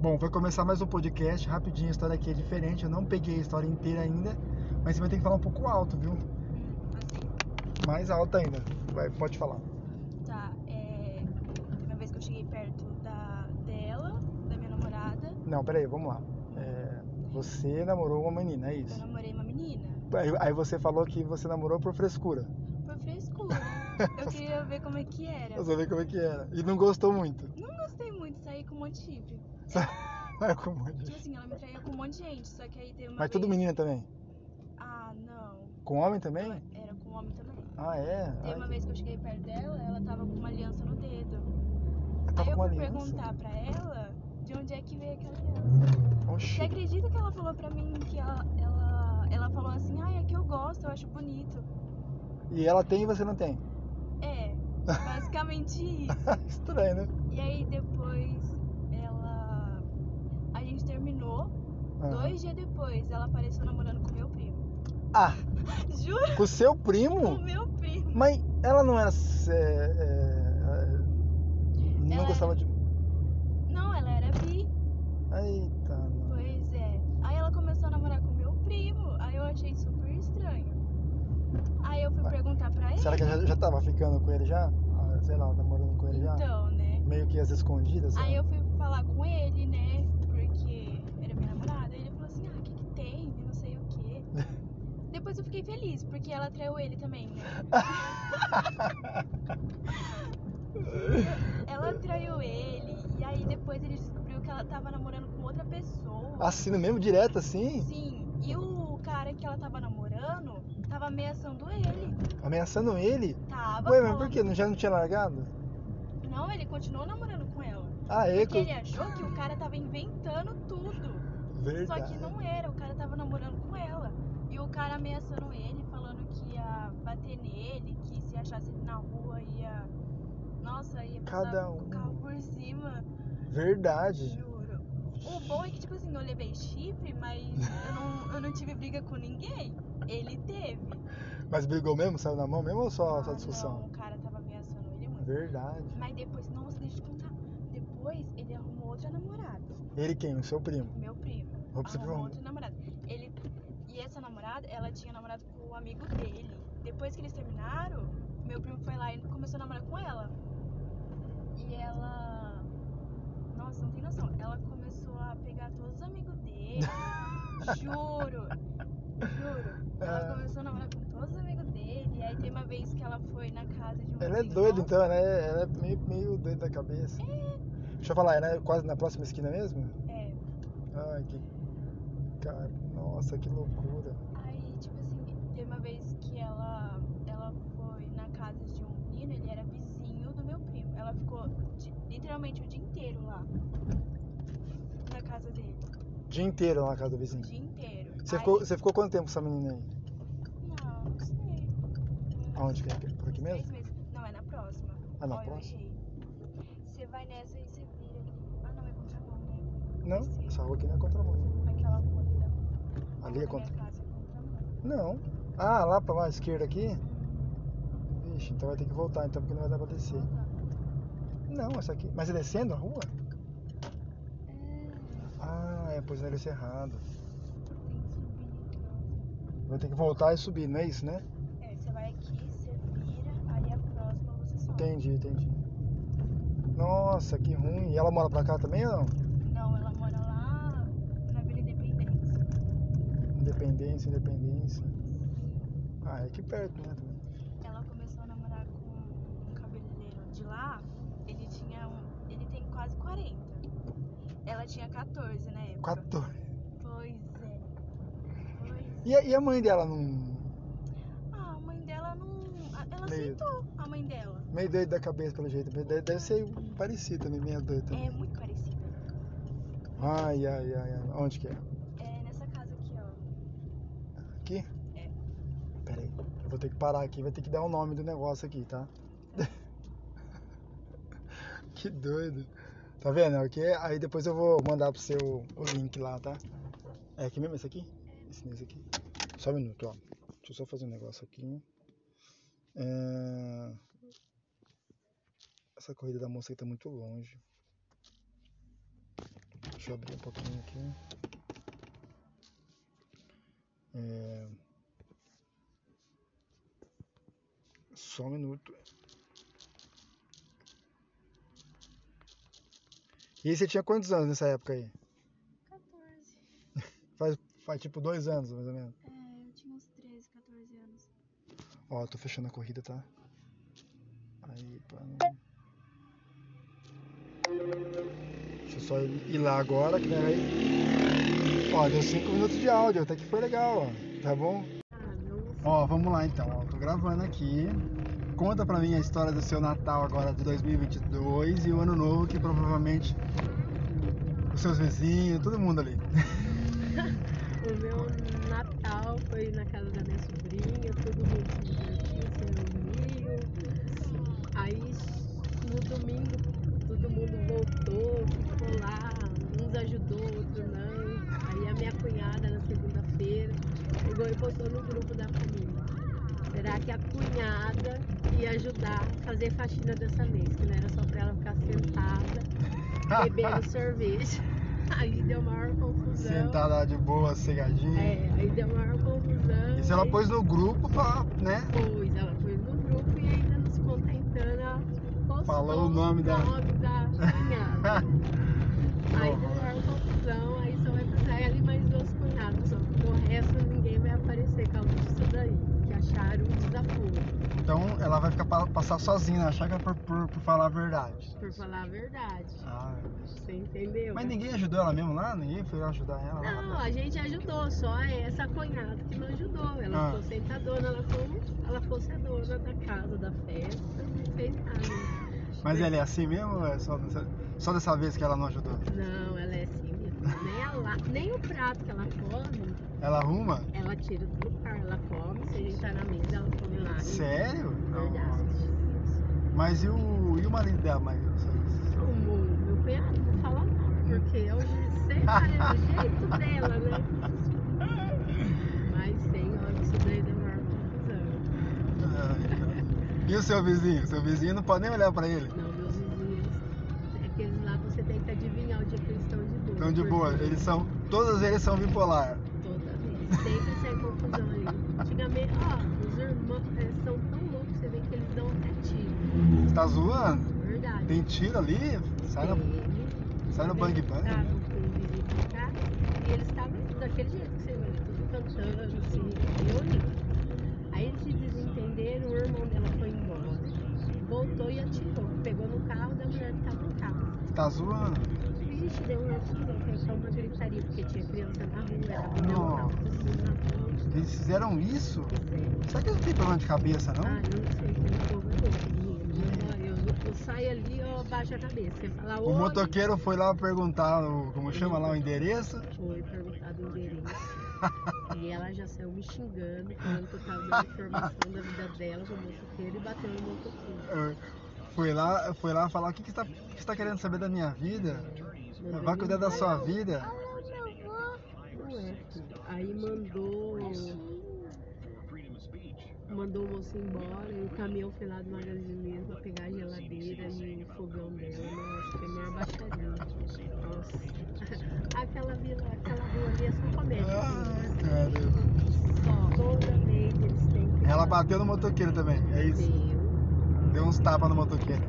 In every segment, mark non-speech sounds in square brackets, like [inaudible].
Bom, vai começar mais um podcast, rapidinho, a história aqui é diferente, eu não peguei a história inteira ainda, mas você vai ter que falar um pouco alto, viu? Assim, Mais alto ainda, vai, pode falar. tá. É, teve uma vez que eu cheguei perto da dela, da minha namorada. Não, peraí, vamos lá. É, você namorou uma menina, é Eu isso? namorei uma menina. Aí, aí você falou que você namorou por [laughs] frescura, Foi [laughs] frescura. Eu queria ver como é que era. pra você ver como é que era, e não gostou muito. Não gostei muito, saí com um monte de chifre. É como eu Tipo disse. assim, ela me traía com um monte de gente, só que aí teve Mas uma vez... tudo menina também? Ah, não. Com homem também? Era com um homem também. Ah, é? Teve uma Ai, vez que eu cheguei perto dela, ela tava com uma aliança no dedo. tava aí eu com fui aliança. perguntar pra ela de onde é que veio aquela aliança. Oxi. Você acredita que ela falou pra mim que ela, ela, ela falou assim, ai, é que eu gosto, eu acho bonito. E ela tem e você não tem? É, basicamente isso. [laughs] Estranho, né? E aí depois ela. A gente terminou. Ah. Dois dias depois ela apareceu namorando com meu primo. Ah, [laughs] Juro, com seu com primo? meu primo. Mas ela não era. é, é, é, não Ela gostava de. Não, ela era bi. Eita, não. Pois é. Aí ela começou a namorar com meu primo. Aí eu achei super estranho. Aí eu fui Ué, perguntar pra ele. Será que ela já, já tava ficando com ele já? Ah, Sei lá, namorando com ele é já? Então, né? Meio que às escondidas? né? sei [laughs] lá. Aí eu fui falar com ele, né? Porque era minha namorada. Ele falou assim: ah, o que, que tem? Não sei o [laughs] quê. Depois eu fiquei feliz, porque ela traiu ele também, né? É. Ela traiu ele. E aí depois ele descobriu que ela tava namorando com outra pessoa. Assino mesmo direto assim? Sim. E o cara que ela tava namorando tava ameaçando ele. Ameaçando ele? Tava. Ué, mas por falando- que? Já não tinha largado? Não, ele continuou namorando com ela. Ah, é? Porque ele achou que o cara tava inventando tudo. Só Verdade. que não era, o cara tava namorando com ela. E o cara ameaçando ele, falando que ia bater nele, que se achasse ele na rua ia. Nossa, ia passar Cada o um. carro por cima, Verdade. juro. O bom é que, tipo assim, eu levei chifre, mas eu não, eu não tive briga com ninguém. Ele teve. Mas brigou mesmo? Saiu na mão mesmo ou só, só Ah, discussão? Não, o cara tava ameaçando ele muito. Verdade. Mas depois, nossa, deixa eu te contar. Depois ele arrumou outra namorada, Ele quem? O seu primo? meu primo. Vou pro seu arrumou primo. outra namorada. Ah, Ele e essa namorada, ela tinha namorado com o amigo dele. Depois que eles terminaram, meu primo foi lá e começou a namorar com ela. E ela, nossa, não tem noção. Ela começou a pegar todos os amigos [laughs] dele. juro, juro. Ela Ah. começou a namorar com todos os amigos dele. E aí tem uma vez que ela foi na casa de um. [laughs] Ela é amigo doida nosso. então, ela é, ela é meio, meio doida da cabeça. Deixa eu falar, ela é quase na próxima esquina mesmo? É. Ai, que. Cara, nossa, que loucura. Aí, tipo assim, teve uma vez que ela, ela foi na casa de um menino, ele era vizinho do meu primo. Ela ficou di- literalmente o dia inteiro lá. Na casa dele. Dia inteiro lá na casa do O vizinho. dia inteiro. Você Aí- tipo, assim, ficou, você ficou quanto tempo com essa menina aí? Não, não sei. Uns Aonde que é? Por aqui três mesmo? meses. Não, é na próxima. Ah, na Ó, eu próxima? errei. Você vai nessa e você vira ali. Ah, não, é contra mão, né? Não, Sim. essa rua aqui não é contramão. Aquela rua ali da a Ali rua é da contra. minha casa é contra mão. Não. Ah, lá pra lá, esquerda aqui? Vixe, então vai ter que voltar então, porque não vai dar pra descer. É, Não, essa aqui. Mas é descendo a rua? Ah, é, pois não, desceu errado. Tem que subir, não. Vai ter que voltar e subir, não é isso, né? É, você vai aqui, você vira, aí a próxima você sobe. Entendi, entendi. Nossa, que ruim. E ela mora pra cá também ou não? Não, ela mora lá na Vila Independência. Independência, independência. Ah, é aqui perto, né? também. Ela começou a namorar com um cabeleireiro de lá, ele tinha um, ele tem quase 40. Ela tinha 14 na época. 14. Pois é. Pois é. E a, e a mãe dela não. Ah, a mãe dela não. a- Ela Meio. aceitou a mãe dela. Meio doido da cabeça, pelo jeito. Meio doido- Deve ser parecida também, meio doida também. É muito parecida. Ai, ai, ai, ai. Onde que é? É nessa casa aqui, ó. Aqui? É. Pera aí. Eu vou ter que parar aqui, vai ter que dar o nome do negócio aqui, tá? [laughs] que doido. Tá vendo? Aqui, é- aí depois eu vou mandar pro seu o link lá, tá? É aqui mesmo, esse aqui? Esse, esse aqui? Só um minuto, ó. Deixa eu só fazer um negócio aqui. É... Essa corrida da moça aqui tá muito longe. Deixa Deixa eu abrir um pouquinho aqui. É... Só um minuto. E aí você tinha quantos anos nessa época aí? 14. Faz, faz tipo dois anos, mais ou menos. É, eu tinha uns 13, 14 anos. Ó, eu tô fechando a corrida, tá? Aí, pra não... Deixa eu só ir lá agora, que aí... Ó, deu 5 minutos de áudio, até que foi legal, ó. Tá bom? Ó, vamos lá então, ó. Tô gravando aqui. Conta pra mim a história do seu Natal agora de 2022 e o Ano Novo, que provavelmente os seus vizinhos, todo mundo ali. O meu Natal foi na casa da minha sobrinha, todo mundo se divertiu, se reuniu. Aí no domingo todo mundo voltou, ficou lá, uns ajudou, outro não. Aí a minha cunhada na segunda-feira pegou e postou no grupo da família. Será que a cunhada ia ajudar a fazer faxina dessa vez? Que não era só pra ela ficar sentada, bebendo sorvete. Aí deu maior confusão. Sentar lá de boa, cegadinho. É, aí deu maior confusão. Isso ela aí pôs no grupo pra, né? Pôs, ela pôs no grupo e ainda nos contentando, ela postou Falou o nome da- nome da [laughs] cunhada. aí deu maior confusão, aí só vai precisar ela e mais duas cunhadas. Só que o resto ninguém vai aparecer causa disso daí. Que acharam um desaforo, Então ela vai ficar pa- passar sozinha na chácara por, por, por falar a verdade. por falar a verdade. Ah, Você entendeu? mas né? ninguém ajudou ela mesmo lá? Ninguém foi lá ajudar ela? lá? Não, a gente ajudou, só essa cunhada que não ajudou. Ela Ah. ficou sentadona, ela, foi, um, ela fosse a dona da casa, da festa, não fez nada. Mas ela é assim mesmo ou é só dessa, só dessa vez que ela não ajudou? Não, ela é assim mesmo. Nem, ela- nem o prato que ela come, Ela arruma? ela tira do lugar. Ela come, se a gente tá na mesa, ela come lá. Sério? Verdade. Mas e o, e o marido dela, mas O meu, meu cunhado não fala nada, porque eu sei lá, é do jeito dela, [laughs] né? Mas sem óbvio, isso daí deu maior confusão. E o seu vizinho? Seu vizinho não pode nem olhar pra ele. Não, meus vizinhos, é aqueles lá você tem que adivinhar o dia que eles estão de boa. Então de boa, porque eles são. Todos eles são bipolar. Toda vez. Sempre sai confusão ali. Antigamente, ó, os irmãos eh, são tão loucos, você vê que eles dão até tiro. Você tá zoando? Verdade. Tem tiro ali? Sai no, Tem. sai no né? bang bang. Estavam com um visita em casa e eles estavam daquele jeito que você vê, né? tudo cantando, se reunindo. Aí eles se desentenderam, o irmão dela foi embora. Voltou e atirou. Pegou no carro da mulher que estava no carro. Tá zoando? Vixe, deu um uma confusão, foi só uma gritaria, porque tinha criança na rua, era bilhão, tava todo mundo assim na rua, não Eles fizeram isso? sei. é. Será que eles não tem problema de cabeça, não? Ah, eu não sei, aquele povo é louco, menino. Eu, eu, eu saio ali, eu baixo a cabeça. Você fala, O "Oi", motoqueiro foi lá perguntar, o, como chama lá, o endereço. Foi perguntar do endereço. E ela já saiu me xingando, falando que eu tava dando informação da vida dela com o motoqueiro e bateu no motoqueiro. eh, Foi lá, foi lá falar, o que, que, você tá, o que que você tá querendo saber da minha vida? Mandou Vai me cuidar da embora. sua vida? Ué, filho. Aí mandou. Mandou o moço embora e o caminhão foi lá do magazineiro pra pegar a geladeira e o fogão dela. Nossa, foi minha baixaria. Nossa. Aquela vila, aquela rua ali é só comédia. Ai, caramba. assim. Só. Toda vez eles têm que. Ela bateu no motoqueiro também, é isso. Meu. Deu uns tapas no motoqueiro.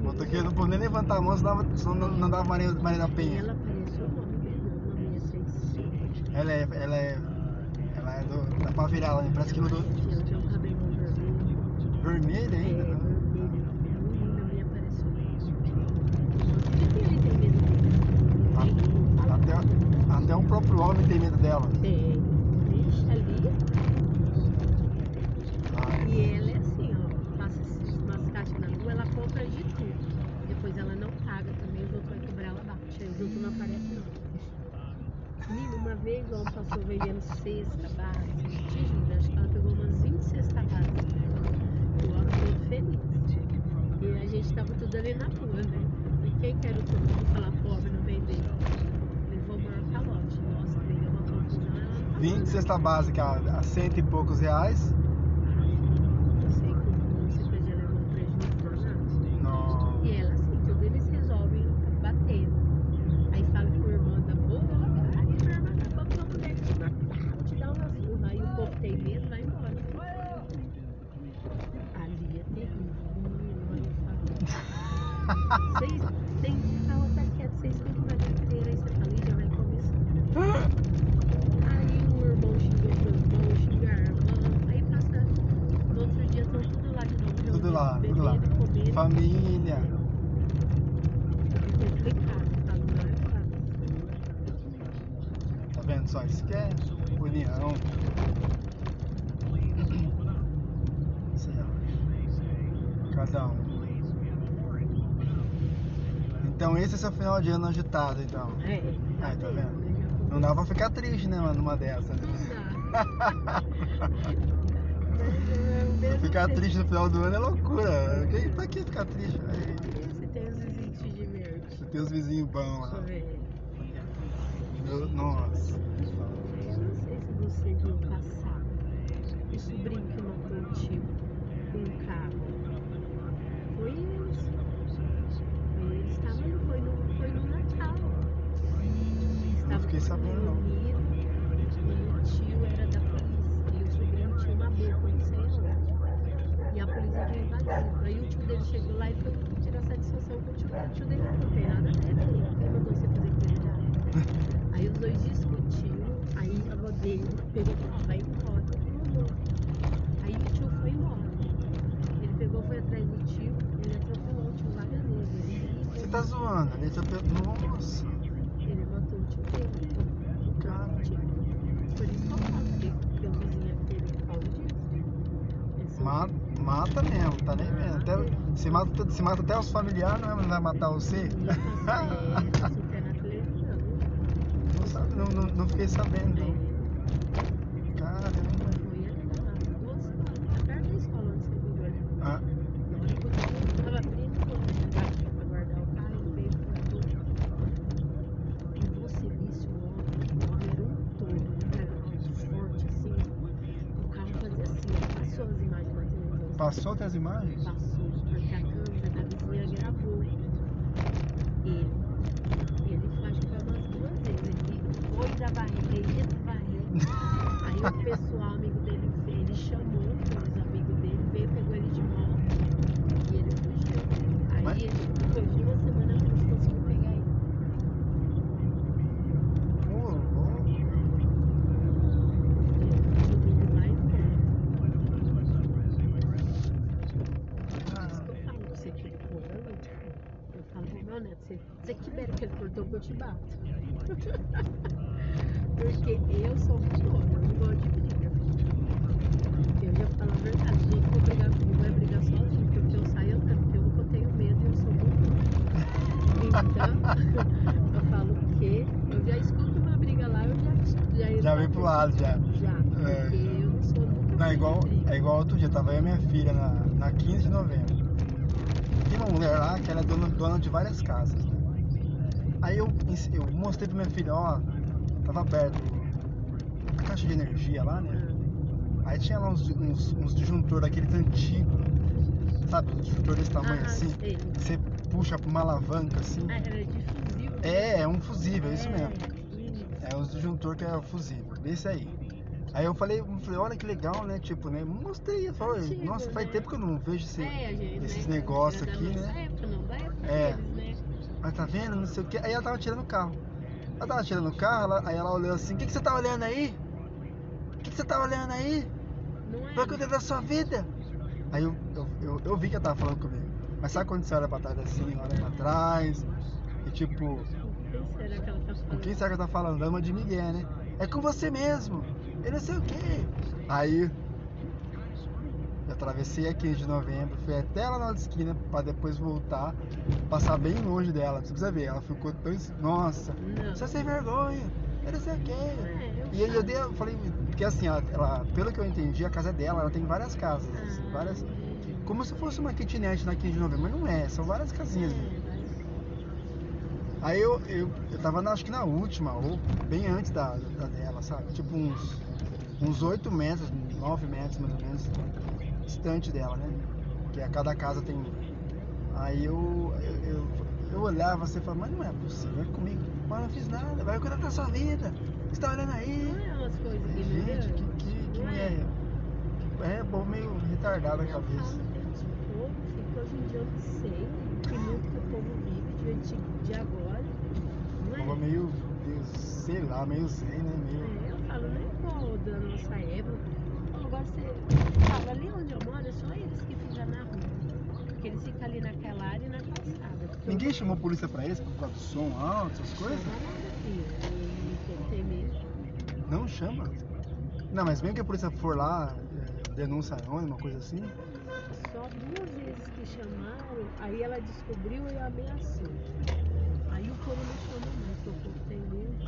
O motoqueiro não pôde nem levantar a mão, senão, senão não dava Maria, Maria da E Penha. ela apareceu o nome dela, o nome é Sensei. Ela é, ela é, ela é do, da pavilhada, né? Parece que mudou Ela tem um cabelão vermelho. vermelha É, ainda, vermelho, né? menina me apareceu. Por que ele tem medo dele? Até, até o próprio homem tem medo dela. Tem. Vixe, ali. Ai, E ela é assim, ó. Passa esses- umas caixas na rua, ela compra de tudo. Depois ela não paga também, os outros vai cobrar ela baixa. Aí os outros não aparecem, não. Menina, uma vez o homem passou vendendo cesta básica. Te juro, acho que ela pegou umas 20 cesta básicas. E o homem ficou feliz. E a gente tava tudo ali na rua, né? E quem que era o povo que falar pobre não vender? Levou o maior calote. Nossa, me deu uma confusão. ela não falou 20 nada. cesta básica a cento e poucos reais. Não sei como você fez ela não prejudicar nada. Não. [laughs] E ela, assim, tudo eles resolvem batendo. Aí fala que o irmão tá é "Tá relacionamento só. Isso que é união. Isso aí, ó. Cada um. Então esse é seu final de ano agitado, então. É. Aí, tá vendo? Não dá pra ficar triste, né, mano, numa dessa. né? Não dá. Mas, é, [laughs] mesmo Ficar que- triste no final do ano é loucura. Quem- tá Pra que ficar triste? velho? Você tem os visitos de verde. Tem os vizinhos bons Deixa eu lá. ver. Meu- Nossa. Eu não sei se você viu passar o sobrinho que matou o tio com um carro. Foi eles. Foi eles também, não foi no, foi no Natal. Não Eles estavam fiquei sabendo, não. reunidos E o tio era da polícia. E o sobrinho tinha uma boca, não sei aonde. E a polícia veio invadindo. Aí o tio dele chegou lá e foi tirar satisfação com o tio. O tio dele não tem nada a ver com ele. Quem mandou você fazer coisa de arma? Aí os dois discutiram, aí a avó dele pegou e falou, vai embora, ele mandou. Aí o tio foi embora. Ele pegou, foi atrás do tio, ele atropelou o tio vaga nele. Você tá zoando, né? Você tá- Nossa. Ele matou o tio dele. Cara. Por isso que eu falo que deu vizinha dele por causa disso. Esse- Ma- Mata mesmo, tá nem vendo. Até, se, mata, se mata até os familiares, não é? Não vai matar você? Isso, é, isso tem na televisão. [laughs] Não, sabe, não, não, não fiquei sabendo, não. É, Caramba. foi até lá, duas horas, perto da escola onde você viveu. Ah, Na hora que eu tava abrindo o caixa pra guardar o carro, ele veio e perguntou, "E você visse o homem, era um touro, era forte assim, o carro fazia assim, ó, passou as imagens na passou até as imagens? televisão, passou, porque a câmera da vizinha gravou ele, ele flashou umas duas vezes, ele foi da barriga, ele ia da barriga, aí o pessoal, amigo dele, veio, ele chamou os amigos dele, veio, pegou ele de moto, e ele fugiu. Aí Mas- ele depois de uma semana a gente conseguiu pegar ele. Ô, louco. Ele indo lá e foi. Por isso Cara. que eu falo pra você que ele corou. Eu falo pro meu neto, se você quiser que ele cortou, eu te bato. Porque eu sou coroa, eu não gosto de briga. Eu ia falar a verdade, gente, vou brigar comigo, vai brigar sozinho, porque eu saio andando, porque eu nunca tenho medo e eu sou muito. Então, eu falo que eu já escuto uma briga lá, eu já Já, ia Já lá vem que- pro lado, já. Já, É. porque eu não sou nunca Não, é fui de igual, briga. é igual outro dia, tava eu e minha filha na, na 15 de novembro. Tem uma mulher lá que ela é dona, dona de várias casas. né? Aí eu, ens- eu mostrei pra minha filha, ó, tava aberto a caixa de energia lá, né? Aí tinha lá uns, uns, uns disjuntor daqueles antigos, sabe? Um disjuntor desse tamanho Ah, assim. sei. Você puxa pra uma alavanca assim. Ah, era de fuzil. É, é um fusível, é isso mesmo. isso. É os disjuntor que é fusível, desse aí. Aí eu falei, eu falei, olha que legal, né? Tipo, né? Mostrei, eu falei, Antigo, nossa, faz né? tempo que eu não vejo esse, É, gente, esses né? negócios Era da aqui, nossa né? Época, não, da época É. deles, né? Mas tá vendo, não sei o que. Aí ela tava tirando o carro. Ela tava tirando o carro, ela- aí ela olhou assim, o que, que você tá olhando aí? O que, que você tá olhando aí? Não é. Vai cuidar da sua vida. Aí eu, eu, eu, eu vi que ela tava falando comigo. Mas sabe quando você olha pra trás assim, olha pra trás? E tipo, Quem será que ela tá Com falando? quem será que ela tá falando? Dama de Miguel, né? É com você mesmo. Eu não sei o quê. Aí eu atravessei a 15 de novembro, fui até lá na outra esquina pra depois voltar, passar bem longe dela. Pra Você precisa ver, ela ficou tão. ens- Nossa, Não. você é sem vergonha. Eu não sei o quê. É, eu E aí eu falo. dei, eu falei, porque assim, ela, ela- pelo que eu entendi, a casa é dela, ela tem várias casas, Ah, assim, várias. é, Como se fosse uma kitnet na 15 de novembro, mas não é, são várias casinhas. mesmo. É, mas- Aí eu, eu, eu tava na- acho que na última, ou bem antes da, da dela, sabe? Tipo uns, uns 8 metros, 9 metros mais ou menos, distante dela, né? Porque a cada casa tem. um. Aí eu, eu, eu, eu olhava assim e falava, mas não é possível, é comigo. Mas eu não fiz nada, vai cuidar da sua vida. O que Você tá olhando aí. Não é umas coisas Falei, Gente, que, ignorantes? que, que Não mulher. É, bom, meio retardada a Eu cabeça. falo, Deus, o povo, filho, que hoje em dia eu não sei que mundo que o povo vive de antigo de agora. Não é? Tava meio, meio, sei lá, meio zen, né? Meio. É, Eu falo, não é igual da nossa época. Agora você fala, ali onde eu moro, é só eles que ficam na rua. Porque eles ficam ali naquela área e na calçada. Porque Ninguém né? eu- chamou a polícia pra eles por causa do som alto, essas coisas? Chama nada, filho. E Tem que ter medo. Não chama? Não, mas mesmo que a polícia for lá, é, denúncia anônima, coisa assim, [laughs] Só duas vezes que chamaram, aí ela descobriu e ameaçou. Aí o couro não chamou mais, que o couro tem medo.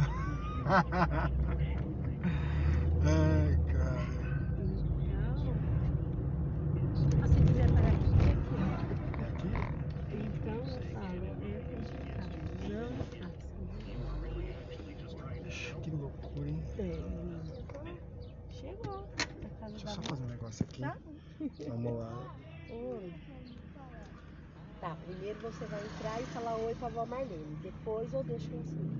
Ai, cara. Então, ah, se quiser parar aqui, aqui. É aqui? ó. Então eu falo, é complicado. Não faça. Que loucura, hein? Tem. Chegou. A casa Deixa da eu só avó. fazer um negócio aqui. Tá? Vamos lá. Oi. Tá, primeiro você vai entrar e falar oi pra vó Marlene. Depois eu deixo você.